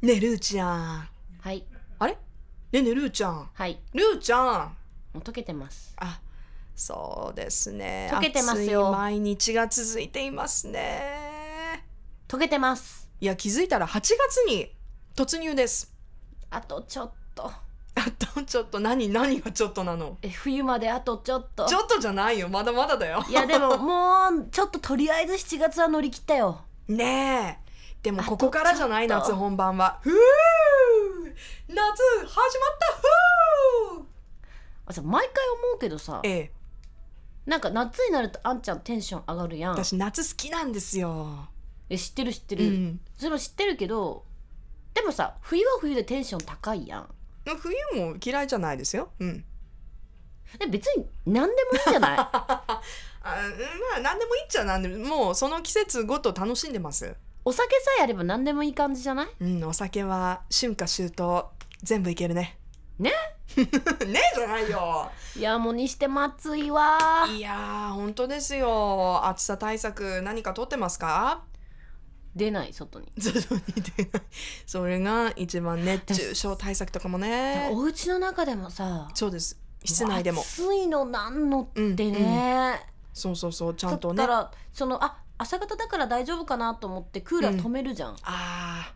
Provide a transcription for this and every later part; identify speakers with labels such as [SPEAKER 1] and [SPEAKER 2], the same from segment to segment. [SPEAKER 1] ねえルーちゃん
[SPEAKER 2] はい
[SPEAKER 1] あれねえねえルーちゃん
[SPEAKER 2] はい
[SPEAKER 1] ルーちゃん
[SPEAKER 2] もう溶けてます
[SPEAKER 1] あそうですね
[SPEAKER 2] 溶けてます
[SPEAKER 1] 暑
[SPEAKER 2] よ
[SPEAKER 1] い毎日が続いていますね
[SPEAKER 2] 溶けてます
[SPEAKER 1] いや気づいたら8月に突入です
[SPEAKER 2] あとちょっと
[SPEAKER 1] あとちょっと何何がちょっとなの
[SPEAKER 2] え冬まであとちょっと
[SPEAKER 1] ちょっとじゃないよまだまだだよ
[SPEAKER 2] いやでももうちょっととりあえず7月は乗り切ったよ
[SPEAKER 1] ねえでも
[SPEAKER 2] あと
[SPEAKER 1] ここからじゃない
[SPEAKER 2] ちょっと
[SPEAKER 1] 夏本番はふう夏始まったふう
[SPEAKER 2] あさ毎回思うけどさ
[SPEAKER 1] ええ
[SPEAKER 2] なんか夏になるとあんちゃんテンション上がるやん
[SPEAKER 1] 私夏好きなんですよ
[SPEAKER 2] え知ってる知って
[SPEAKER 1] う
[SPEAKER 2] る、
[SPEAKER 1] ん
[SPEAKER 2] それも知ってるけどでもさ冬は冬でテンション高いやん
[SPEAKER 1] 冬も嫌いじゃないですようん
[SPEAKER 2] え別に何でもいいんじゃ ない
[SPEAKER 1] あうんまあ何でもいいっちゃ何でももうその季節ごと楽しんでます
[SPEAKER 2] お酒さえあれば何でもいい感じじゃない
[SPEAKER 1] うんお酒は春夏秋冬全部いけるね
[SPEAKER 2] ね
[SPEAKER 1] ねじゃないよ
[SPEAKER 2] いやもうにしても暑いわ
[SPEAKER 1] いやー本当ですよ暑さ対策何か取ってますか
[SPEAKER 2] 出ない外に
[SPEAKER 1] 徐々に出ないそれが一番熱中症対策とかもね
[SPEAKER 2] お家の中でもさ
[SPEAKER 1] そうです室内でも
[SPEAKER 2] 暑いのなんのって
[SPEAKER 1] う
[SPEAKER 2] ね、
[SPEAKER 1] んうんそうそうそうちゃんとね
[SPEAKER 2] だからそのあ朝方だから大丈夫かなと思ってクーラー止めるじゃん、
[SPEAKER 1] あ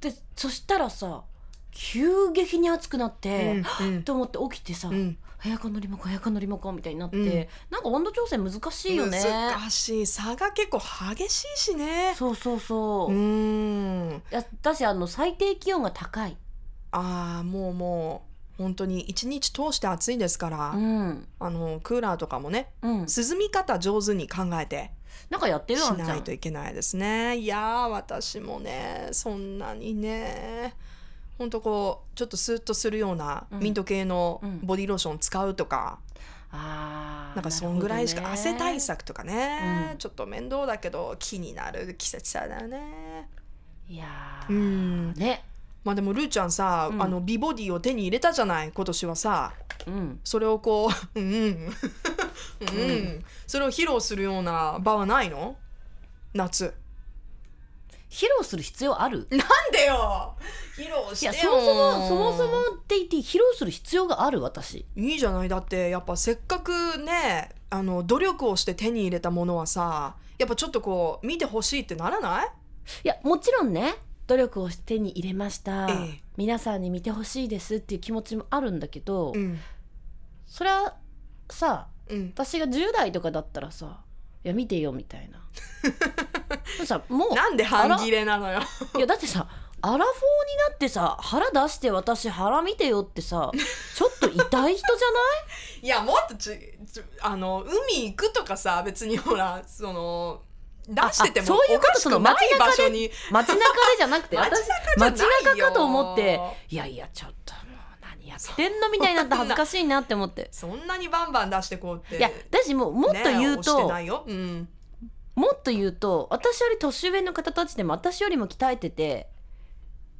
[SPEAKER 2] でそしたらさ急激に暑くなっ
[SPEAKER 1] あ
[SPEAKER 2] て、
[SPEAKER 1] うん
[SPEAKER 2] と思って起きてさ、
[SPEAKER 1] うん
[SPEAKER 2] エアコンのリモコンエアコンのリモコンみたいになって、
[SPEAKER 1] うん
[SPEAKER 2] なんか温度調整難しいよね
[SPEAKER 1] 難しい差が結構激しいしね
[SPEAKER 2] そうそうそう
[SPEAKER 1] う、ーん
[SPEAKER 2] だだしあの最低気温が高い、
[SPEAKER 1] ああもうもう本当に一日通して暑いですから、
[SPEAKER 2] うん
[SPEAKER 1] あのクーラーとかもね
[SPEAKER 2] うん、
[SPEAKER 1] 涼み方上手に考えて
[SPEAKER 2] なんかやって
[SPEAKER 1] し
[SPEAKER 2] るあんちゃ
[SPEAKER 1] ない
[SPEAKER 2] ん
[SPEAKER 1] といけないですねいやー私もねそんなにねほんとこうちょっとスーッとするような
[SPEAKER 2] うん
[SPEAKER 1] ミント系の
[SPEAKER 2] うん
[SPEAKER 1] ボディローション使うとか、
[SPEAKER 2] あー
[SPEAKER 1] なんかそんぐらいしか、
[SPEAKER 2] なるほど
[SPEAKER 1] 汗
[SPEAKER 2] ね
[SPEAKER 1] 対策とかね、
[SPEAKER 2] うん
[SPEAKER 1] ちょっと面倒だけど気になる季節だよね
[SPEAKER 2] いや
[SPEAKER 1] う
[SPEAKER 2] ー
[SPEAKER 1] ん
[SPEAKER 2] ね
[SPEAKER 1] まあでもルーちゃんさ、
[SPEAKER 2] うん
[SPEAKER 1] あの美ボディを手に入れたじゃない今年はさ
[SPEAKER 2] うん
[SPEAKER 1] それをこう、 うんうん、うん、うん、それを披露するような場はないの夏。
[SPEAKER 2] 披露する必要ある
[SPEAKER 1] なんでよ披露し
[SPEAKER 2] い
[SPEAKER 1] てよ
[SPEAKER 2] やそもそもそもそもって言って披露する必要がある私
[SPEAKER 1] いいじゃないだってやっぱせっかくねあの努力をして手に入れたものはさやっぱちょっとこう見てほしいってならない
[SPEAKER 2] いやもちろんね努力をして手に入れました、
[SPEAKER 1] ええ
[SPEAKER 2] 皆さんに見てほしいですっていう気持ちもあるんだけど、
[SPEAKER 1] うん
[SPEAKER 2] それはさ
[SPEAKER 1] うん
[SPEAKER 2] 私が10代とかだったらさ「いや見てよ」みた いなでもさもう
[SPEAKER 1] なんで半切れなのよ
[SPEAKER 2] いやだってさアラフォーになってさ腹出して私腹見てよってさちょっと痛い人じゃない
[SPEAKER 1] いやもっとちちあの海行くとかさ別にほらその出してて
[SPEAKER 2] あ
[SPEAKER 1] も
[SPEAKER 2] そういう
[SPEAKER 1] お
[SPEAKER 2] こと
[SPEAKER 1] かし
[SPEAKER 2] そ
[SPEAKER 1] く
[SPEAKER 2] の
[SPEAKER 1] な
[SPEAKER 2] 街
[SPEAKER 1] い
[SPEAKER 2] 中
[SPEAKER 1] 場
[SPEAKER 2] で
[SPEAKER 1] 所に
[SPEAKER 2] 街中でじゃなくて
[SPEAKER 1] 街中
[SPEAKER 2] 私
[SPEAKER 1] じゃないよ
[SPEAKER 2] 街中かと思っていやいやちょっともう何やってんのみたいになって恥ずかしいなって思って
[SPEAKER 1] そんなにバンバン出してこうって
[SPEAKER 2] いやだしもうもっと言う
[SPEAKER 1] ね押して
[SPEAKER 2] と、
[SPEAKER 1] ないよ、うん、
[SPEAKER 2] もっと言うと私より年上の方たちでも私よりも鍛えてて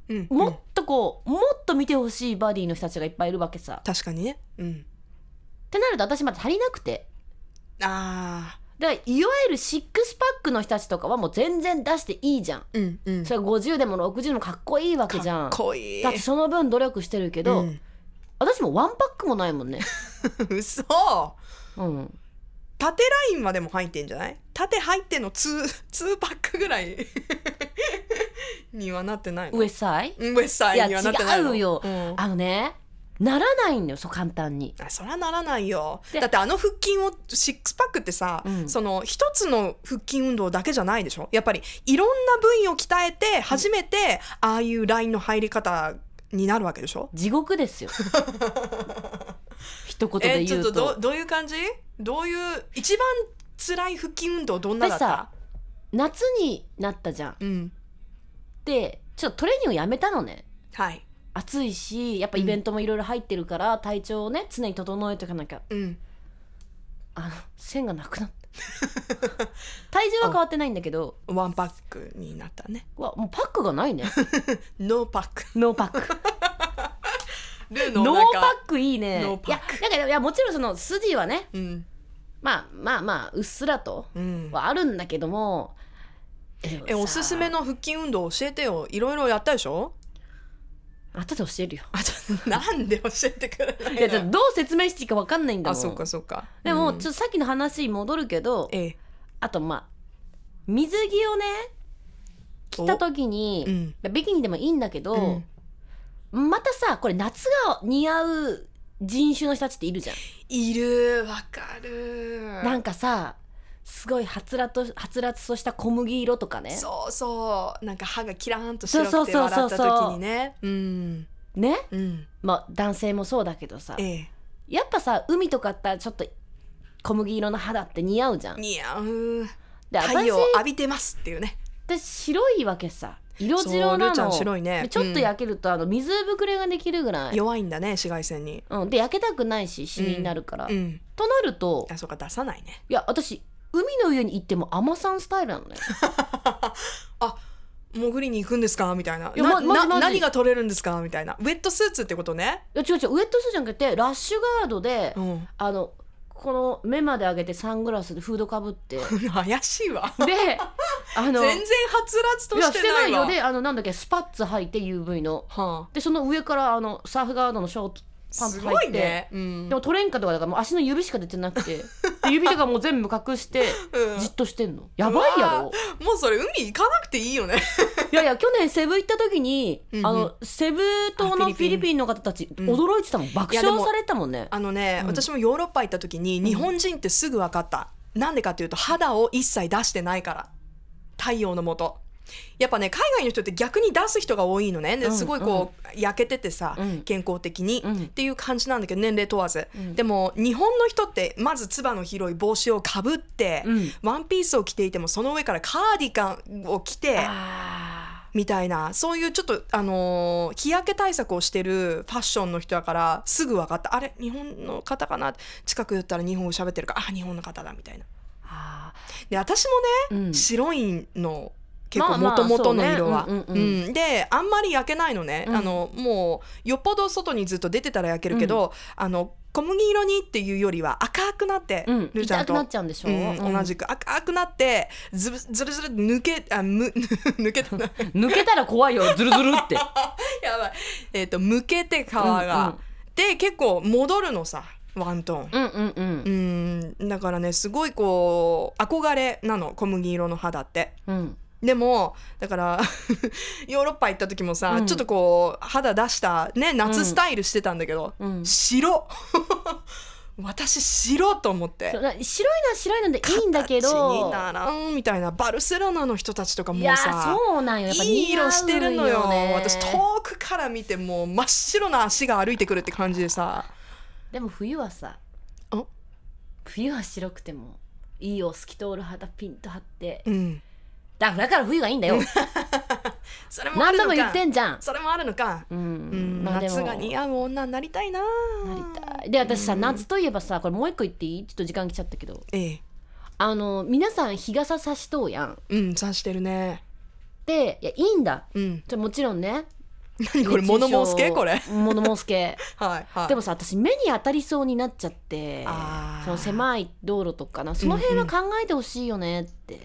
[SPEAKER 1] うん
[SPEAKER 2] も
[SPEAKER 1] う
[SPEAKER 2] っ
[SPEAKER 1] ん
[SPEAKER 2] とこう、もっと見てほしいバディの人たちがいっぱいいるわけさ。
[SPEAKER 1] 確かにねうん
[SPEAKER 2] ってなると私まだ足りなくて。
[SPEAKER 1] あ
[SPEAKER 2] だからいわゆるシックスパックの人たちとかはもう全然出していいじゃん。
[SPEAKER 1] ーうんうん
[SPEAKER 2] それが50でも60でもかっこいいわけじゃ
[SPEAKER 1] か
[SPEAKER 2] ん。
[SPEAKER 1] っこいい
[SPEAKER 2] だってその分努力してるけど、
[SPEAKER 1] うん、
[SPEAKER 2] 私もワンパックもないもんね。
[SPEAKER 1] 嘘
[SPEAKER 2] うん。
[SPEAKER 1] 縦ラインまでも入ってんじゃない縦入ってんの2ーパックぐらい にはなってないの
[SPEAKER 2] 上さい
[SPEAKER 1] ウエスサイにはなってないの
[SPEAKER 2] いや違うよ
[SPEAKER 1] ん
[SPEAKER 2] あのね、ならないんだよ、そう簡単に。
[SPEAKER 1] あそらならないよ
[SPEAKER 2] で
[SPEAKER 1] だってあの腹筋をシックスパックってさ、
[SPEAKER 2] うん
[SPEAKER 1] その一つの腹筋運動だけじゃないでしょやっぱりいろんな部位を鍛えて初めてああいうラインの入り方になるわけでしょ、
[SPEAKER 2] 地 獄ですよ。一言で
[SPEAKER 1] えちょ
[SPEAKER 2] 言
[SPEAKER 1] っと
[SPEAKER 2] うと。
[SPEAKER 1] どどういう感じどういう一番辛い腹筋運動どんなだっ
[SPEAKER 2] 私さ
[SPEAKER 1] た
[SPEAKER 2] 夏になったじゃん。
[SPEAKER 1] うん
[SPEAKER 2] で、ちょっとトレーニングをやめたのね。
[SPEAKER 1] はい
[SPEAKER 2] 暑いしやっぱイベントもいろいろ入ってるから、体調をね常に整えておかなきゃ
[SPEAKER 1] うん
[SPEAKER 2] あの線がなくなった 体重は変わってないんだけど
[SPEAKER 1] ワンパックになったね
[SPEAKER 2] うわもうパックがないね
[SPEAKER 1] ノーパック
[SPEAKER 2] ノーパッ ク
[SPEAKER 1] ルーの
[SPEAKER 2] ノー
[SPEAKER 1] お
[SPEAKER 2] パ
[SPEAKER 1] 腹
[SPEAKER 2] ックいいね
[SPEAKER 1] ノーパック
[SPEAKER 2] いやだからいやもちろんその筋はね
[SPEAKER 1] うん
[SPEAKER 2] まあまあまあうっすらと
[SPEAKER 1] うん
[SPEAKER 2] はあるんだけどもでもさ
[SPEAKER 1] えおすすめの腹筋運動教えてよいろいろやったでしょ
[SPEAKER 2] 後で教えるよ
[SPEAKER 1] あちょっとなんで教えてくれない
[SPEAKER 2] い
[SPEAKER 1] の
[SPEAKER 2] やだってどう説明していいか分かんないんだも
[SPEAKER 1] あ
[SPEAKER 2] ん
[SPEAKER 1] そうかそうか
[SPEAKER 2] で
[SPEAKER 1] う
[SPEAKER 2] も、
[SPEAKER 1] ん
[SPEAKER 2] ちょっとさっきの話に戻るけど
[SPEAKER 1] ええ
[SPEAKER 2] あとまあ水着をね着た時に
[SPEAKER 1] お、うん
[SPEAKER 2] ビキニでもいいんだけど、
[SPEAKER 1] うん
[SPEAKER 2] またさこれ夏が似合う人種の人たちっているじゃん、
[SPEAKER 1] いるわかる
[SPEAKER 2] なんかさすごいはつらとはつらつとした小麦色とかね
[SPEAKER 1] そうそうなんか歯がキラーンと白
[SPEAKER 2] そ
[SPEAKER 1] く
[SPEAKER 2] う
[SPEAKER 1] て
[SPEAKER 2] そう
[SPEAKER 1] 笑
[SPEAKER 2] そう
[SPEAKER 1] っ
[SPEAKER 2] そ
[SPEAKER 1] た
[SPEAKER 2] う
[SPEAKER 1] 時にねうん
[SPEAKER 2] ね
[SPEAKER 1] うん
[SPEAKER 2] まあ男性もそうだけどさ
[SPEAKER 1] ええ
[SPEAKER 2] やっぱさ海とかあったらちょっと小麦色の肌って似合うじゃん
[SPEAKER 1] 似合う
[SPEAKER 2] で
[SPEAKER 1] 太
[SPEAKER 2] 私
[SPEAKER 1] 陽
[SPEAKER 2] っ
[SPEAKER 1] 浴びてますっていうね
[SPEAKER 2] て白いわけさ色白
[SPEAKER 1] そう
[SPEAKER 2] な
[SPEAKER 1] ルーちゃん白
[SPEAKER 2] の
[SPEAKER 1] いね
[SPEAKER 2] でちょっと
[SPEAKER 1] うん
[SPEAKER 2] 焼けると、あの水ぶくれができるぐらい、
[SPEAKER 1] 弱いんだね紫外線に
[SPEAKER 2] うん、で焼けたくないしシミになるから、
[SPEAKER 1] うん
[SPEAKER 2] となると
[SPEAKER 1] あそうか出さないね
[SPEAKER 2] いや私海の上に行ってもアマさんスタイルなのね
[SPEAKER 1] 潜りに行くんですかみたいない
[SPEAKER 2] や
[SPEAKER 1] な
[SPEAKER 2] まマジ
[SPEAKER 1] な
[SPEAKER 2] マジ
[SPEAKER 1] 何が取れるんですかみたいなウェットスーツってことね
[SPEAKER 2] いや違う違うウエットスーツじゃなくてラッシュガードで、
[SPEAKER 1] うん
[SPEAKER 2] あのこの目まで上げてサングラスでフードかぶって で
[SPEAKER 1] 怪しいわ
[SPEAKER 2] あの
[SPEAKER 1] 全然はつらつと
[SPEAKER 2] いや
[SPEAKER 1] し
[SPEAKER 2] してて
[SPEAKER 1] な
[SPEAKER 2] ないい
[SPEAKER 1] わ
[SPEAKER 2] よであのなんだっけスパッツ履いて UV の
[SPEAKER 1] は
[SPEAKER 2] でその上からあのサーフガードのショー
[SPEAKER 1] あ
[SPEAKER 2] トパンツ
[SPEAKER 1] す
[SPEAKER 2] 履いて
[SPEAKER 1] ごいねうん
[SPEAKER 2] でもトレンカとかだからもう足の指しか出てなくてで指とかもう全部隠して
[SPEAKER 1] うん
[SPEAKER 2] じっとしてんのやばいや
[SPEAKER 1] うわ
[SPEAKER 2] ろ
[SPEAKER 1] もうそれ海行かなくていいよね
[SPEAKER 2] いやいや去年セブ行った時に
[SPEAKER 1] うんうん
[SPEAKER 2] あのセブ島
[SPEAKER 1] あ
[SPEAKER 2] の
[SPEAKER 1] フィリピン
[SPEAKER 2] フィリピンの方たち
[SPEAKER 1] ん
[SPEAKER 2] 驚いてたもん爆
[SPEAKER 1] いやで
[SPEAKER 2] 笑
[SPEAKER 1] も
[SPEAKER 2] されてたもんね
[SPEAKER 1] あのね、
[SPEAKER 2] うん
[SPEAKER 1] 私もヨーロッパ行った時に日本人ってすぐ分かった、なんでかっていうと肌を一切出してないから太陽の下やっぱね海外の人って逆に出す人が多いのね
[SPEAKER 2] う
[SPEAKER 1] で
[SPEAKER 2] ん
[SPEAKER 1] すごいこう、焼けててさ、
[SPEAKER 2] うん
[SPEAKER 1] 健康的に、
[SPEAKER 2] うん
[SPEAKER 1] っていう感じなんだけど年齢問わず、
[SPEAKER 2] うん
[SPEAKER 1] でも日本の人ってまずつばの広い帽子をかぶって、
[SPEAKER 2] うん
[SPEAKER 1] ワンピースを着ていてもその上からカーディガンを着て
[SPEAKER 2] あ
[SPEAKER 1] みたいなそういうちょっと、あのー日焼け対策をしてるファッションの人だからすぐ分かったあれ日本の方かな近く寄ったら日本語喋ってるからあ日本の方だみたいな
[SPEAKER 2] ーあ
[SPEAKER 1] で私も
[SPEAKER 2] ーうん
[SPEAKER 1] ね白いの結
[SPEAKER 2] まあ
[SPEAKER 1] 構
[SPEAKER 2] ま
[SPEAKER 1] も
[SPEAKER 2] あ
[SPEAKER 1] ともとの色は
[SPEAKER 2] そうねうん
[SPEAKER 1] う
[SPEAKER 2] うんうん
[SPEAKER 1] んであんまり焼けないのね、
[SPEAKER 2] うん
[SPEAKER 1] あのもうよっぽど外にずっと出てたら焼けるけど、あの小麦色にっていうよりは赤くなって、
[SPEAKER 2] うん
[SPEAKER 1] ルーちゃ
[SPEAKER 2] 痛
[SPEAKER 1] ん
[SPEAKER 2] く
[SPEAKER 1] と
[SPEAKER 2] なっちゃうんでしょ
[SPEAKER 1] うん、同じく赤くなってずぶずるずる抜けあむ 抜けたな
[SPEAKER 2] 抜けたら怖いよズルズ ルって
[SPEAKER 1] やばい。えっ、と、向けて皮が。
[SPEAKER 2] うんうん
[SPEAKER 1] で、結構戻るのさ、ワントーン。
[SPEAKER 2] うんうんうん
[SPEAKER 1] うん、だからね、すごいこう、憧れなの、小麦色の肌って。
[SPEAKER 2] うん
[SPEAKER 1] でも、だから、 ヨーロッパ行った時もさ、
[SPEAKER 2] うん
[SPEAKER 1] ちょっとこう、肌出した、ね、夏スタイルしてたんだけど、
[SPEAKER 2] うん
[SPEAKER 1] 白 私白と思って
[SPEAKER 2] そう。な白いのは白いのでいいんだけ
[SPEAKER 1] 形
[SPEAKER 2] ど
[SPEAKER 1] にならんみたいなバルセロナの人たちとかも
[SPEAKER 2] いうや
[SPEAKER 1] さ
[SPEAKER 2] そうなんよやっぱ
[SPEAKER 1] いい
[SPEAKER 2] 似合うよ、ね、
[SPEAKER 1] 色してるのよ私遠くから見てもう真っ白な足が歩いてくるって感じでさ
[SPEAKER 2] でも冬はさ
[SPEAKER 1] お
[SPEAKER 2] 冬は白くてもいいよ透き通る肌ピンと張って
[SPEAKER 1] うん
[SPEAKER 2] だだから冬がいいんだよ
[SPEAKER 1] それもあ
[SPEAKER 2] 何
[SPEAKER 1] る
[SPEAKER 2] 度
[SPEAKER 1] の
[SPEAKER 2] も
[SPEAKER 1] か
[SPEAKER 2] 言ってんじゃん
[SPEAKER 1] それもあるのか、
[SPEAKER 2] う
[SPEAKER 1] うんん
[SPEAKER 2] まあでも
[SPEAKER 1] 夏が似合う女になりたいな
[SPEAKER 2] なりたいで私さ
[SPEAKER 1] うん
[SPEAKER 2] 夏といえばさこれもう一個言っていいちょっと時間来ちゃったけど
[SPEAKER 1] ええ
[SPEAKER 2] あの皆さん日傘さしとうやん
[SPEAKER 1] うん刺してるね
[SPEAKER 2] でいやいいんだ
[SPEAKER 1] うん
[SPEAKER 2] じゃもちろんね
[SPEAKER 1] 何 これモノモス系こ れ
[SPEAKER 2] モノモスケ
[SPEAKER 1] はいはい
[SPEAKER 2] でもさ私目に当たりそうになっちゃって
[SPEAKER 1] あー
[SPEAKER 2] その狭い道路とかなその辺は考えてほしいよねって、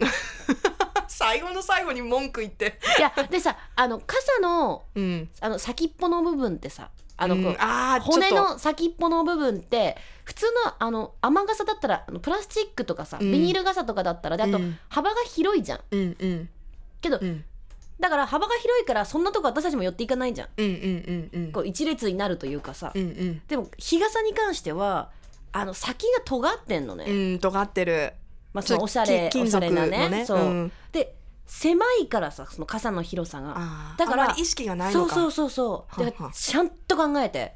[SPEAKER 1] 最後の最後に文句言って
[SPEAKER 2] いやでさあの傘の
[SPEAKER 1] うん
[SPEAKER 2] あの先っぽの部分ってさあ
[SPEAKER 1] あ
[SPEAKER 2] のこう、
[SPEAKER 1] あー
[SPEAKER 2] 骨
[SPEAKER 1] ちょっと
[SPEAKER 2] の先っぽの部分って普通のあの雨傘だったらあのプラスチックとかさ、
[SPEAKER 1] うん
[SPEAKER 2] ビニール傘とかだったらであと、
[SPEAKER 1] うん
[SPEAKER 2] 幅が広いじゃん
[SPEAKER 1] うんうん
[SPEAKER 2] けど、
[SPEAKER 1] うん
[SPEAKER 2] だから幅が広いからそんなとこ私たちも寄っていかないじゃん
[SPEAKER 1] うんうんうんうん
[SPEAKER 2] こう一列になるというかさ、
[SPEAKER 1] うんうん
[SPEAKER 2] でも日傘に関してはあの先が尖ってんのね、
[SPEAKER 1] うん尖ってる
[SPEAKER 2] まあ、そのおしゃれ
[SPEAKER 1] ちょっと
[SPEAKER 2] お
[SPEAKER 1] き
[SPEAKER 2] しゃれな
[SPEAKER 1] 金属
[SPEAKER 2] ね
[SPEAKER 1] のね
[SPEAKER 2] そう、
[SPEAKER 1] うん
[SPEAKER 2] で狭いからさその傘の広さが
[SPEAKER 1] あー
[SPEAKER 2] だから
[SPEAKER 1] あんまり意識がない
[SPEAKER 2] そ
[SPEAKER 1] の
[SPEAKER 2] う
[SPEAKER 1] か
[SPEAKER 2] そうそうそうだか
[SPEAKER 1] は
[SPEAKER 2] ら
[SPEAKER 1] は
[SPEAKER 2] ちゃんと考えて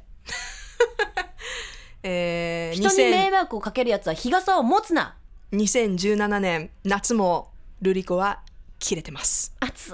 [SPEAKER 1] え
[SPEAKER 2] 人に迷
[SPEAKER 1] ー、
[SPEAKER 2] 惑をかけるやつは日傘を持つな
[SPEAKER 1] 2000 2017年夏もルリコは切れてます
[SPEAKER 2] 暑い